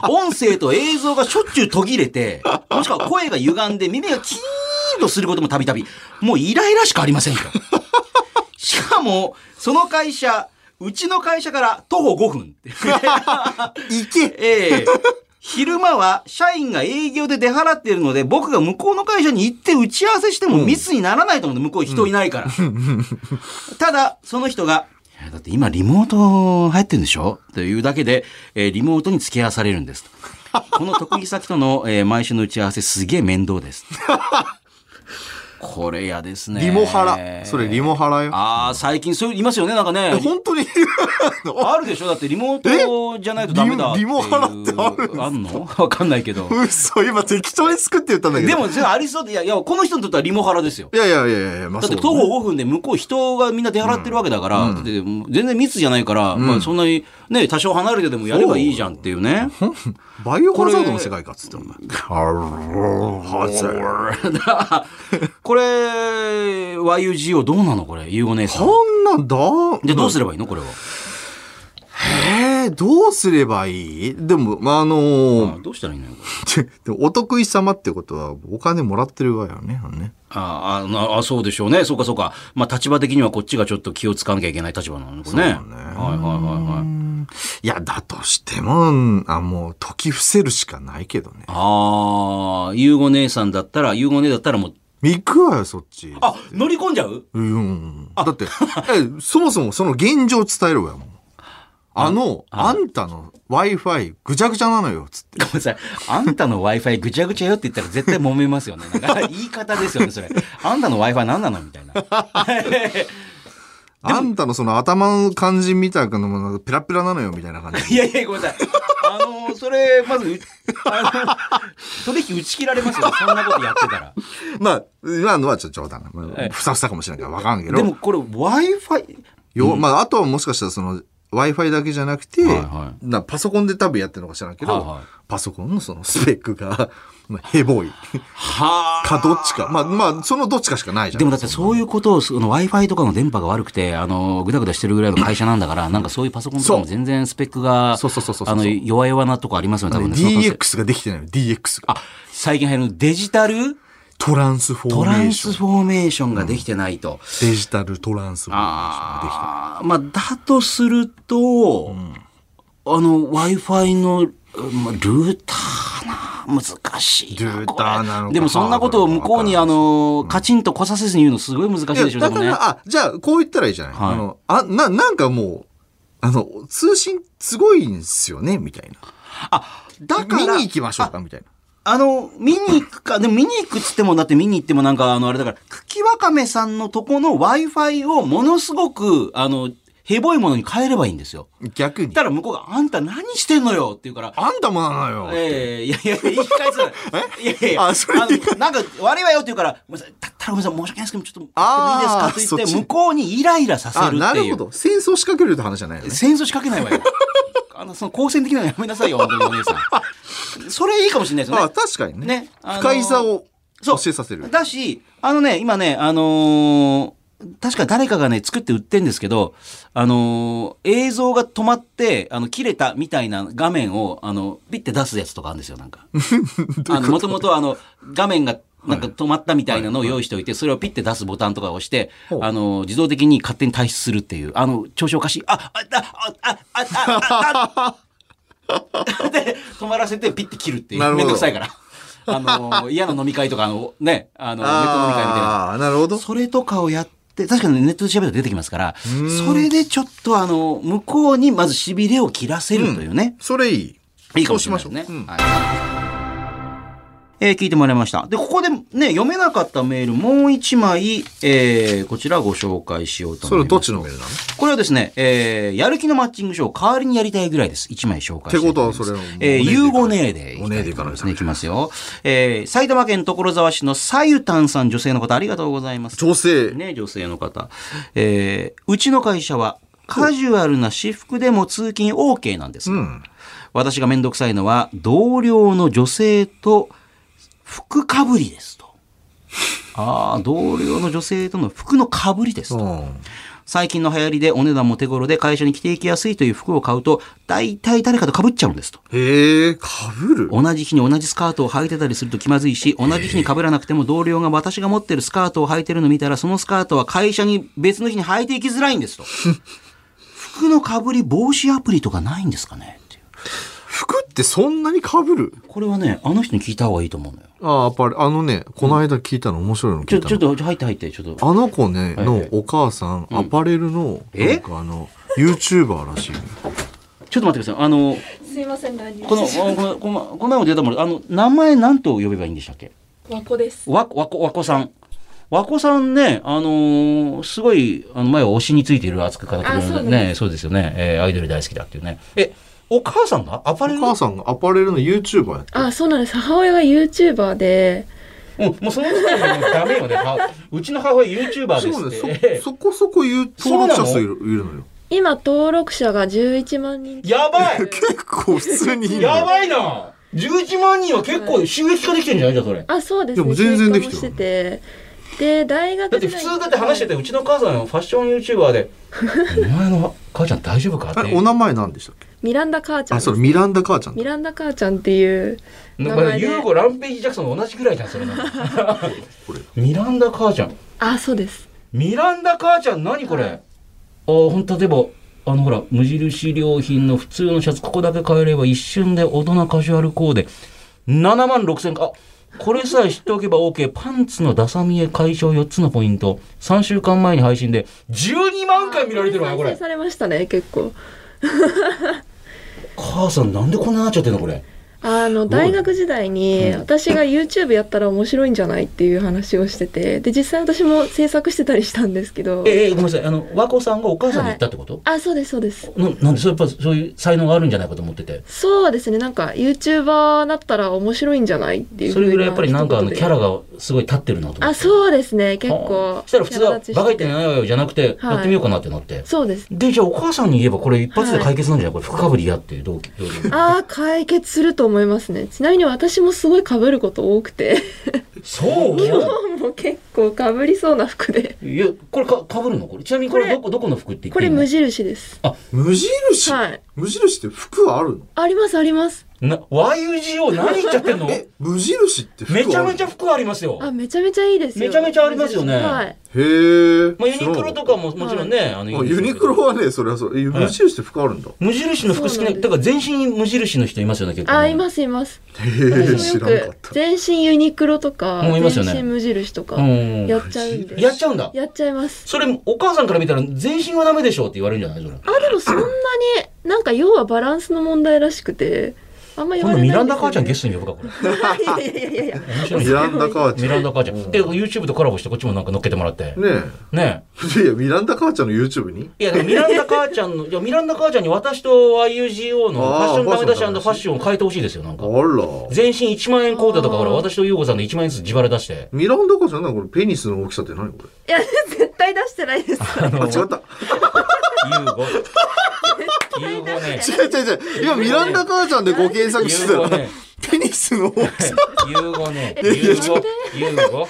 S3: 音声と映像がしょっちゅう途切れて、もしくは声が歪んで耳がキーンとすることもたびたび、もうイライラしかありません と。しかも、その会社、うちの会社から徒歩5分。
S2: いけ
S3: ええ昼間は社員が営業で出払っているので、僕が向こうの会社に行って打ち合わせしてもミスにならないと思うんで、向こう人いないから。ただ、その人が、いやだって今リモート流行ってるんでしょというだけで、えーリモートに付き合わされるんですと。この得意先との、えー毎週の打ち合わせすげえ面倒です。これ嫌ですね。
S2: リモハラ。それリモハラよ。
S3: ああ、最近そういう、いますよね、なんかね
S2: え。本当に
S3: あるでしょだってリモートじゃないとダメだっていう。
S2: リモリモハラってあるんですか
S3: あんのわかんないけ ど。
S2: 嘘、今適当に作って言ったんだけ
S3: で
S2: ど。
S3: も、それありそうで、いや、いや、この人にとってはリモハラですよ。
S2: いやいやいやいや、ま
S3: だっ
S2: あそ
S3: て
S2: うね
S3: 徒歩5分で向こう人がみんな出払ってるわけだから、だって全然密じゃないから、まあそんなにね、多少離れてでもやればいいじゃんっていうね。
S2: バイオハザードの世界かっつってお前。ハザード。
S3: これ、YUGO どうなのこれ、ゆうご姉さん。
S2: こんなんだ。
S3: じゃあどうすればいいのこれは。
S2: えー、どうすればいいでも、まあ、あのー
S3: どうしたらいいのよ、これ。
S2: で もお得意様ってことは、お金もらってるわよね。あのね
S3: ああなあ、そうでしょうね。そうかそうか。まあ立場的にはこっちがちょっと気をつかなきゃいけない立場なのね。これね。はいはいはいはい。
S2: いや、だとしても、あ、もう、解き伏せるしかないけどね。
S3: ああ、ゆうご姉さんだったら、ゆうご姉だったらもう、
S2: 行くわよ、そっち。
S3: あ、乗り込んじゃう
S2: うん。だって、え、そもそもその現状伝えるわよ、もうあの、あんたの Wi-Fi ぐちゃぐちゃなのよ、つって。
S3: ごめんなさい。あんたの Wi-Fi ぐちゃぐちゃよって言ったら絶対揉めますよね。なんか言い方ですよね、それ。あんたの Wi-Fi 何なのみたいな。
S2: あんたのその頭の感じみたいなのもなんかペラペラなのよ、みたいな感じ。
S3: いやいや、ごめんなさい。あのそれ、まず、うあの、取引打ち切られますよね。そんなことやってたら。
S2: まあ、今のはちょっと冗談。ま
S3: ええ
S2: あふさふさかもしれないからわかんないけ
S3: でも
S2: ど。
S3: これ Wi-Fi、
S2: よまあ、あとはもしかしたらその、Wi-Fi だけじゃなくて、
S3: はいは
S2: なパソコンで多分やってるのか知らんけど、
S3: はいはい
S2: パソコンのそのスペックが、 まあ、ヘボい。
S3: はあ。
S2: か、どっちか。まあ、まあ、そのどっちかしかないじゃん。
S3: でもだってそういうことを、その Wi-Fi とかの電波が悪くて、あの、ぐだぐだしてるぐらいの会社なんだから、なんかそういうパソコンとかも全然スペックが、
S2: そうそうそうそうそう
S3: あの、弱々なとこありますよね、多分ね。その可能性
S2: DX ができてないの、DX が。
S3: あ、最近流行るデジタル
S2: トランスフォ
S3: ト
S2: ーメ
S3: ラ
S2: ー
S3: ン
S2: ショ
S3: ス
S2: ン。
S3: フォーメーションができてないと。
S2: デジタルトランスフォーメーションができてない。
S3: ああ、まあ、だとすると、あの、Wi-Fi の、まあ、ルーターな、難しいな。
S2: ルーターなのか
S3: これでもそんなことを向こうに、
S2: ハ
S3: あ
S2: ード
S3: の、
S2: ル
S3: カチンと来させずに言うのすごい難しい
S2: いや
S3: でしょ、
S2: だ
S3: でも
S2: か
S3: ね。
S2: ら、あ、じゃあ、こう言ったらいいじゃない、
S3: はい
S2: あの、あ、な、なんかもう、あの、通信すごいんすよね、みたいな。
S3: あ、だから、
S2: 見に行きましょうか、みたいな。
S3: あの、見に行くか、でも見に行くっつっても、だって見に行ってもなんか、あの、あれだから、茎わかめさんのとこの Wi-Fi をものすごく、あの、ヘボいものに変えればいいんですよ。
S2: 逆
S3: 言っ
S2: に。
S3: たら向こうが、あんた何してんのよって言うから、
S2: あんたもなのよ。
S3: ええいやいや、言い返す な。えいやいやいや、
S2: あそれ言い
S3: のなんか、悪いわよって言うから、ごめんなさい、だったらごめんなさい、申し訳ないですけど、ちょっと、
S2: あー
S3: やってもいいですかって
S2: そっ
S3: 言っ
S2: ち
S3: て、向こうにイライラさせるっ
S2: あ、
S3: ていう。
S2: なるほど。戦争仕掛けるって話じゃないのね。
S3: 戦争仕掛けないわよ。あの、その、交戦的なのやめなさいよ、本当にお姉さん。それいいかもしれないですよ
S2: あ、
S3: ね。
S2: 確かにね。
S3: ねあの
S2: 不快さを
S3: そ
S2: 教
S3: う
S2: えさせ る。
S3: だし、あのね、今ね、あのー確か誰かがね、作って売ってんですけど、あのー映像が止まって、あの、切れたみたいな画面を、あの、ピッて出すやつとかあるんですよ、なんか。あの、もともとあの、画面が、なんか止まったみたいなのを用意しておいて、それをピッて出すボタンとかを押して、
S2: ほう
S3: あの、自動的に勝手に退出するっていう、あの、調子おかしい、あ、あ、あ、あ、あ、あ、あ、あ、で、止まらせてピッて切るってい
S2: な
S3: う。
S2: るほ
S3: め
S2: ど
S3: んどくさいから。あの、嫌な飲み会とか、あの、ね、あの、ネット飲み会みたいな。
S2: ああー、なるほど。
S3: それとかをやって、確かにネットで調べたら出てきますから、それでちょっとあの、向こうにまず痺れを切らせるというね。
S2: それいい。
S3: いいかもしれないです
S2: そう
S3: ね。
S2: しましょううん
S3: はいえー聞いてもらいました。で、ここでね、読めなかったメール、もう一枚、えーこちらご紹介しようと
S2: そ
S3: 思い
S2: れ
S3: ます。
S2: どっちのメールなのっ
S3: これはですね、えーやる気のマッチングショー、代わりにやりたいぐらいです。一枚紹介してい
S2: ことは、
S3: ます
S2: それをもう
S3: えー、ゆうごねえ
S2: で
S3: で。
S2: おねえでいかない
S3: です
S2: と
S3: ね。いきますよ。えー埼玉県所沢市のさゆたんさん、女性の方、ありがとうございます。
S2: 女性。
S3: ね、女性の方。えーうちの会社は、カジュアルな私服でも通勤 OK なんですが、
S2: うん。
S3: 私が面倒くさいのは、同僚の女性と服かぶりですと。ああ、同僚の女性との服のかぶりですと。
S2: うん。
S3: 最近の流行りでお値段も手頃で会社に着ていきやすいという服を買うと、大体誰かと被っちゃうんですと。
S2: へえ、かぶる
S3: 同じ日に同じスカートを履いてたりすると気まずいし、同じ日に被らなくても同僚が私が持ってるスカートを履いてるの見たら、そのスカートは会社に別の日に履いていきづらいん ですと。服の被り防止アプリとかないんですかねっていう
S2: 服ってそんなにかぶる
S3: これはね、あの人に聞いた方がいいと思うのよ。
S2: ああ、やっぱり、あのね、この間聞いたの面白いの
S3: ち
S2: 聞
S3: ょ、
S2: いた
S3: ちょっ
S2: の。
S3: と入って入って、ちょっと。
S2: あの子ね、
S3: いはい
S2: のお母さん、アパレルの、
S3: え
S2: なんかあの、YouTuber らしいのよ。
S3: ちょっと待ってください。あの、
S4: すいません、乱入
S3: こ の、あこの、このこの前も出たもの、あの、名前何と呼べばいいんでしたっけ
S4: 和子です。
S3: わ、わこ、わこさん。わこさんね、あのーすごい、あの、前は推しについている熱く語ってくれ
S4: あそう
S3: る
S4: です
S3: ね。そうですよね。えーアイドル大好きだっていうね。え、お母さんがアパレ
S2: お
S3: ル
S2: 母さんがアパレルの YouTuber やって。
S4: あ、そうなんです。母親が YouTuber で、
S3: うん、もうその時点で もうダメよね。はうちの母親 YouTuber
S2: そう
S3: ですっ
S2: ね、
S3: て。
S2: そ、そこそこ言う登録者数いるいるのよ。
S4: 今登録者が11万人。
S3: やばい
S2: 結構普通にいるのよ。
S3: やばいな !11 万人は結構収益化できてるんじゃないじゃん、それ。
S4: あ、そうです、ね。
S2: でも全然できてる
S4: 追加もしてて。で、大学
S3: だって
S4: 時
S3: 普
S4: 代
S3: 通だって話してて、うちの母さんはファッション YouTuber で、お前の母ちゃん大丈夫かっ
S2: あ
S3: て。
S2: れお名前なんでしたっけ
S4: ミランダ母ちゃん
S2: あ、
S4: です。
S2: それミランダ母ちゃんだ
S4: ミ。ランダ母ちゃんっていう名
S3: まあ、
S4: 前で
S3: ユ。ーゴ・ランページ・ジャクソンと同じぐらいじゃん、それなんか
S2: これ。
S3: ミランダ母ちゃん。
S4: あ、そうです。
S3: ミランダ母ちゃん、何これ、あほんと、例えば、あのほら、無印良品の普通のシャツ、ここだけ買えれば一瞬で大人カジュアルコーデ。7万6千か。あこれさえ知っておけば OK。パンツのダサ見え解消4つのポイント。3週間前に配信で、12万回見られてるわよ、こ
S4: 再生
S3: れ。
S4: されましたね、結構。
S3: 母さんなんでこんなになっちゃってんのこれ。
S4: あの大学時代に私が YouTube やったら面白いんじゃないっていう話をしててで実際私も制作してたりしたんですけど
S3: ええごめんなさい。あの、和子さんがお母さんに言ったってこと、
S4: あそうですそうです
S3: ななんで、そうやっぱそういう才能があるんじゃないかと思ってて。
S4: そうですねなんか YouTuber だったら面白いんじゃないっていう
S3: それぐらいやっぱりなんかあの、キャラ
S4: ラ
S3: がすごい立ってるなと思って。
S4: あそうですね結
S3: は
S4: 構
S3: あしたら普通は
S4: キャラ
S3: バ
S4: 立ちして
S3: カ言ってないわよじゃなくて、
S4: はい
S3: やってみようかなってなって。
S4: そうです
S3: で、じゃあお母さんに言えばこれ一発で解決なんじゃない、これ深ぶりやっていう動機。同期
S4: ああ解決すると思いますねちなみに私もすごい被ること多くて
S3: そう
S4: もう結構被りそうな服で
S3: いや、これか、かぶるのこれ。ちなみにこれ
S4: これ
S3: どこ、どこの服って言っ
S4: こ
S3: てい
S4: れ
S3: いの
S4: 無印です
S2: 無印、
S4: はい
S2: 無印って服あるの
S4: ありますあります
S3: な、YUGO 何言っちゃってん の
S2: え無印って服あ
S3: め
S2: るの
S3: ちゃめちゃ服ありますよ。
S4: あめちゃめちゃいいですよ
S3: めちゃめちゃありますよね
S4: はい
S2: へえ、
S3: まあ、ユニクロとかももちろんね、あの、
S2: まあユニクロはねそれはそうえ無印って服あるんだ、
S3: 無印の服好き
S4: そう
S3: な、
S4: なんです
S3: だから全身無印の人いますよね、結構、ね。
S4: あいますいます
S2: へえ
S4: 私
S2: 知
S4: も
S2: らな
S4: よ
S2: かっ
S4: く
S2: た
S4: 全身ユニクロとか
S3: 思いますよね
S4: 全身無印とか
S3: うん。
S4: やっちゃうんで
S3: やっちゃうんだ。
S4: やっちゃいます
S3: それ、お母さんから見たら、全身はダメでしょうって言われるんじゃないそれ。
S4: あでもそんなになんか要はバランスの問題らしくてあんま言
S3: 今
S4: われ
S3: 度ミ
S4: ない
S3: ラン
S4: ですよね
S3: ダ母ちゃんゲストに呼ぶか、これ。
S4: いやいやいやいや
S3: 面白い
S2: ミランダ母ちゃ
S3: ミ
S2: ん
S3: ランダ母ちゃん。で、YouTube とコラボして、こっちもなんか乗っけてもらって。
S2: ね
S3: ね
S2: えいやミランダ母ちゃんの YouTube に
S3: え。いや、でもミランダ母ちゃんの、い や、ミランダ母ちゃんに私と YUGO のファッションダメ出しフ
S2: あー
S3: ァッションを変えてほしいですよ、なん
S2: あ
S3: か。
S2: ら
S3: 全身1万円コーデとかから、私と優子さんの1万円ずつ自腹出して。
S2: ミランダ母ちゃんなんかこれペニスの大きさって何これ
S4: いや絶対出してないです
S3: あの
S2: あ違った
S3: ユーゴ。ユーゴね。
S2: 違う違う違う今ミランダ母ちゃんでご検索して
S3: ユーゴ
S2: たら
S3: ね。
S2: ペニスの大 きさ
S3: ユーゴね。ユーゴ。ユーゴ。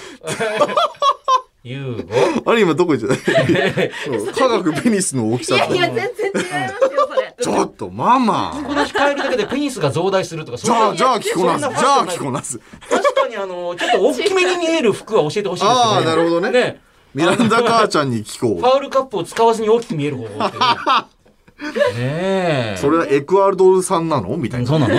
S3: ユーゴ。
S2: あれ今どこ行っちゃった科学ペニスの大きさ
S4: い
S2: っ
S4: やいや
S2: て
S4: 全然違いますよそれ
S2: ちょっとママ
S3: この日変えるだけでペニスが増大するとか、
S2: じゃあじゃあ着こなすじ
S3: そんな
S2: ゃ
S3: ファッショ
S2: あ
S3: ンない
S2: 着こなす
S3: 確かにあの、ちょっと大きめに見える服は教えてほしいですね。
S2: ああなるほどね
S3: ね。
S2: ミランダ母ちゃんに聞
S3: フ
S2: こ
S3: ァウルカップを使わずに大きく見える方法っていうね。ねえ。
S2: うそれはエクアルドル産なのみたいな
S3: そうなの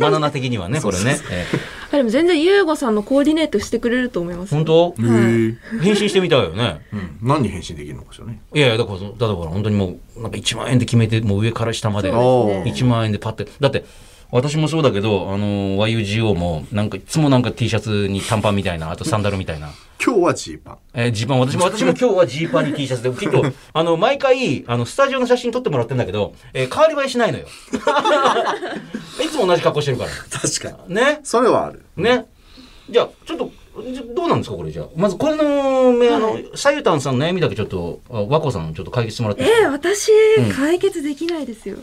S3: バナナ的にはね、これね。ええ
S4: あでも全然ユーゴさんのコーディネートしてくれると思います
S3: 本当
S2: へえ
S3: 変身してみたいよね。
S2: うん何に変身できるのかしらね
S3: いやいや、だから、だから本当にもう、なんか1万円で決めて、もう上から下まで、
S4: そう
S2: ですね
S3: 1万円でパッて。だって、私もそうだけど、あの、YUGO も、なんか、いつもなんか T シャツに短パンみたいな、あとサンダルみたいな。
S2: 今日はジーパン
S3: えージーパン、私も、私も今日はジーパンに T シャ ツで、結構、あの、毎回、あの、スタジオの写真撮ってもらってるんだけど、えー変わり映えしないのよ。 いつも同じ格好してるから。
S2: 確かに
S3: ね。
S2: それはある
S3: ね。じゃあ、ちょっと、じゃどうなんですかこれじゃあ。まず、これの、めあの、さゆたんさんの悩みだけちょっと、あ和子さんちょっと解決してもらってい
S4: え
S3: いですか。
S4: ー、私、
S3: うん
S4: 解決できないですよ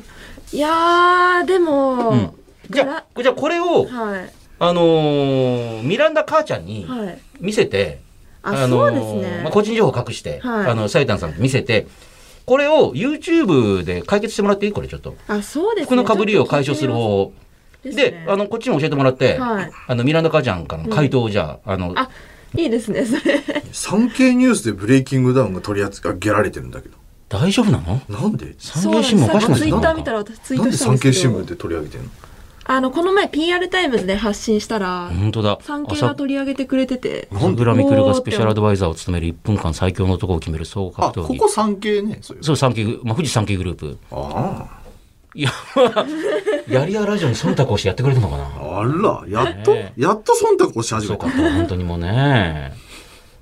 S4: いやーでも、
S3: うんじゃあ、じゃあこれを、
S4: はい
S3: あのーミランダ母ちゃんに
S4: はい
S3: 見せて、
S4: あ
S3: のー
S4: そうですね
S3: まあ、個人情報隠して、
S4: はい
S3: あの、サイタンさんに見せて、これを YouTube で解決してもらっていいこれちょっと。
S4: あそうです
S3: 服
S4: ね
S3: の被りを解消する方法。
S4: で
S3: で、
S4: すね
S3: あの、こっちにも教えてもらって、
S4: はい
S3: あの、ミランダ母ちゃんからの回答をじゃあ、あの、
S4: あいいですねそれ
S2: 産経ニュースでブレイキングダウンが取り扱げられてるんだけど
S3: 大丈夫なの
S2: なんで
S3: 産経新聞おかしくなっ
S4: ツ
S3: て
S4: イ
S3: たの
S4: ッタ
S3: か
S4: ー見たら私ツイー
S2: なん
S4: ト
S2: で
S4: したん
S2: 産
S4: ですけ
S2: 経
S4: ど
S2: 新聞で取り上げてんの
S4: あのこの前 PR タイムズで発信したら
S3: 本当だ。
S4: 産経が取り上げてくれてて
S3: 朝グラミクルがスペシャルアドバイザーを務める1分間最強の男を決める総合
S2: あ
S3: 格闘
S2: こ
S3: 技。
S2: こ産経ねそういう
S3: そう、産経グ、まあ、富士産経グループ。
S2: あ
S3: いや、 やりやラジオに忖度をしてやってくれたのかな。
S2: ああらやっと、
S3: ね
S2: やっと忖度をし始
S3: そうか、
S2: めた
S3: 本当にもうね。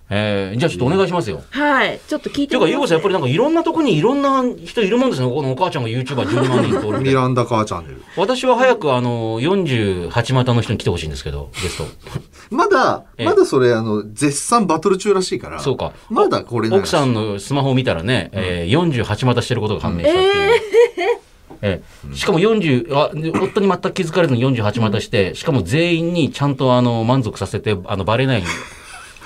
S3: えー、じゃあちょっとお願いしますよ。
S4: はいちょっと聞い
S3: て
S4: て
S3: いうか、ゆうこさん、やっぱ
S4: り
S3: りなんかいろんなとこにいろんな人いるもんですね。このお母ちゃんが YouTuber12 万人登録
S2: ミ
S3: で。
S2: ランダカーチャンネル
S3: 私は早くあの、48股の人に来てほしいんですけど、ゲスト。
S2: まだ
S3: ええ
S2: まだそれあの絶賛バトル中らしいから
S3: そうか
S2: まだこれ
S3: 奥さ
S2: ん
S3: んのスマホを見たらね、えー、48股してることが判明したっていう。ええしかも40あ、で夫に全く気づかれずに48股して、しかも全員にちゃんとあの満足させて、あのバレないように。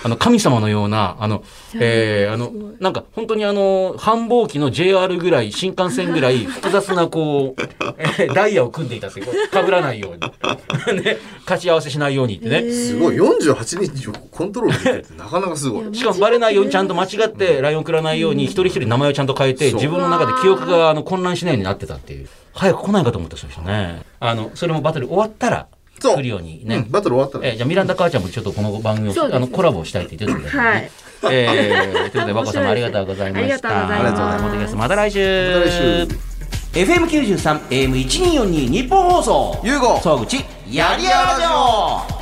S3: あの神様のような、あの、ええあの、なんか本当にあの、繁忙期の JR ぐらい、新幹線ぐらい、複雑なこう、ええダイヤを組んでいたっていう、かぶらないように。 ね、勝ち合わせしないようにってね。
S2: すごい48日をコントロールできるってなかなかすごい
S4: いや
S3: しかもバレないようにちゃんと間違ってライオン食らないように一人一人名前をちゃんと変えて
S2: そう
S3: 自分の中で記憶があの混乱しないようになってたっていう早く来ないかと思ってましたねあのそれもバトル終わったら
S2: そう
S3: 来るように
S2: う
S3: ね
S2: ん、バトル終わったら
S3: えーじゃあミランダ母ちゃんもちょっとこの番組を、
S4: そうですね
S3: あのコラボしたいって言ってたんで、
S4: はい
S3: えーということで和子さんもありがとうございました
S4: ありがとうございます
S3: ポッドキャストまた来週
S2: また来週
S3: FM93AM1242 日本放送
S5: ゆうご
S3: 沢口やりやがれよ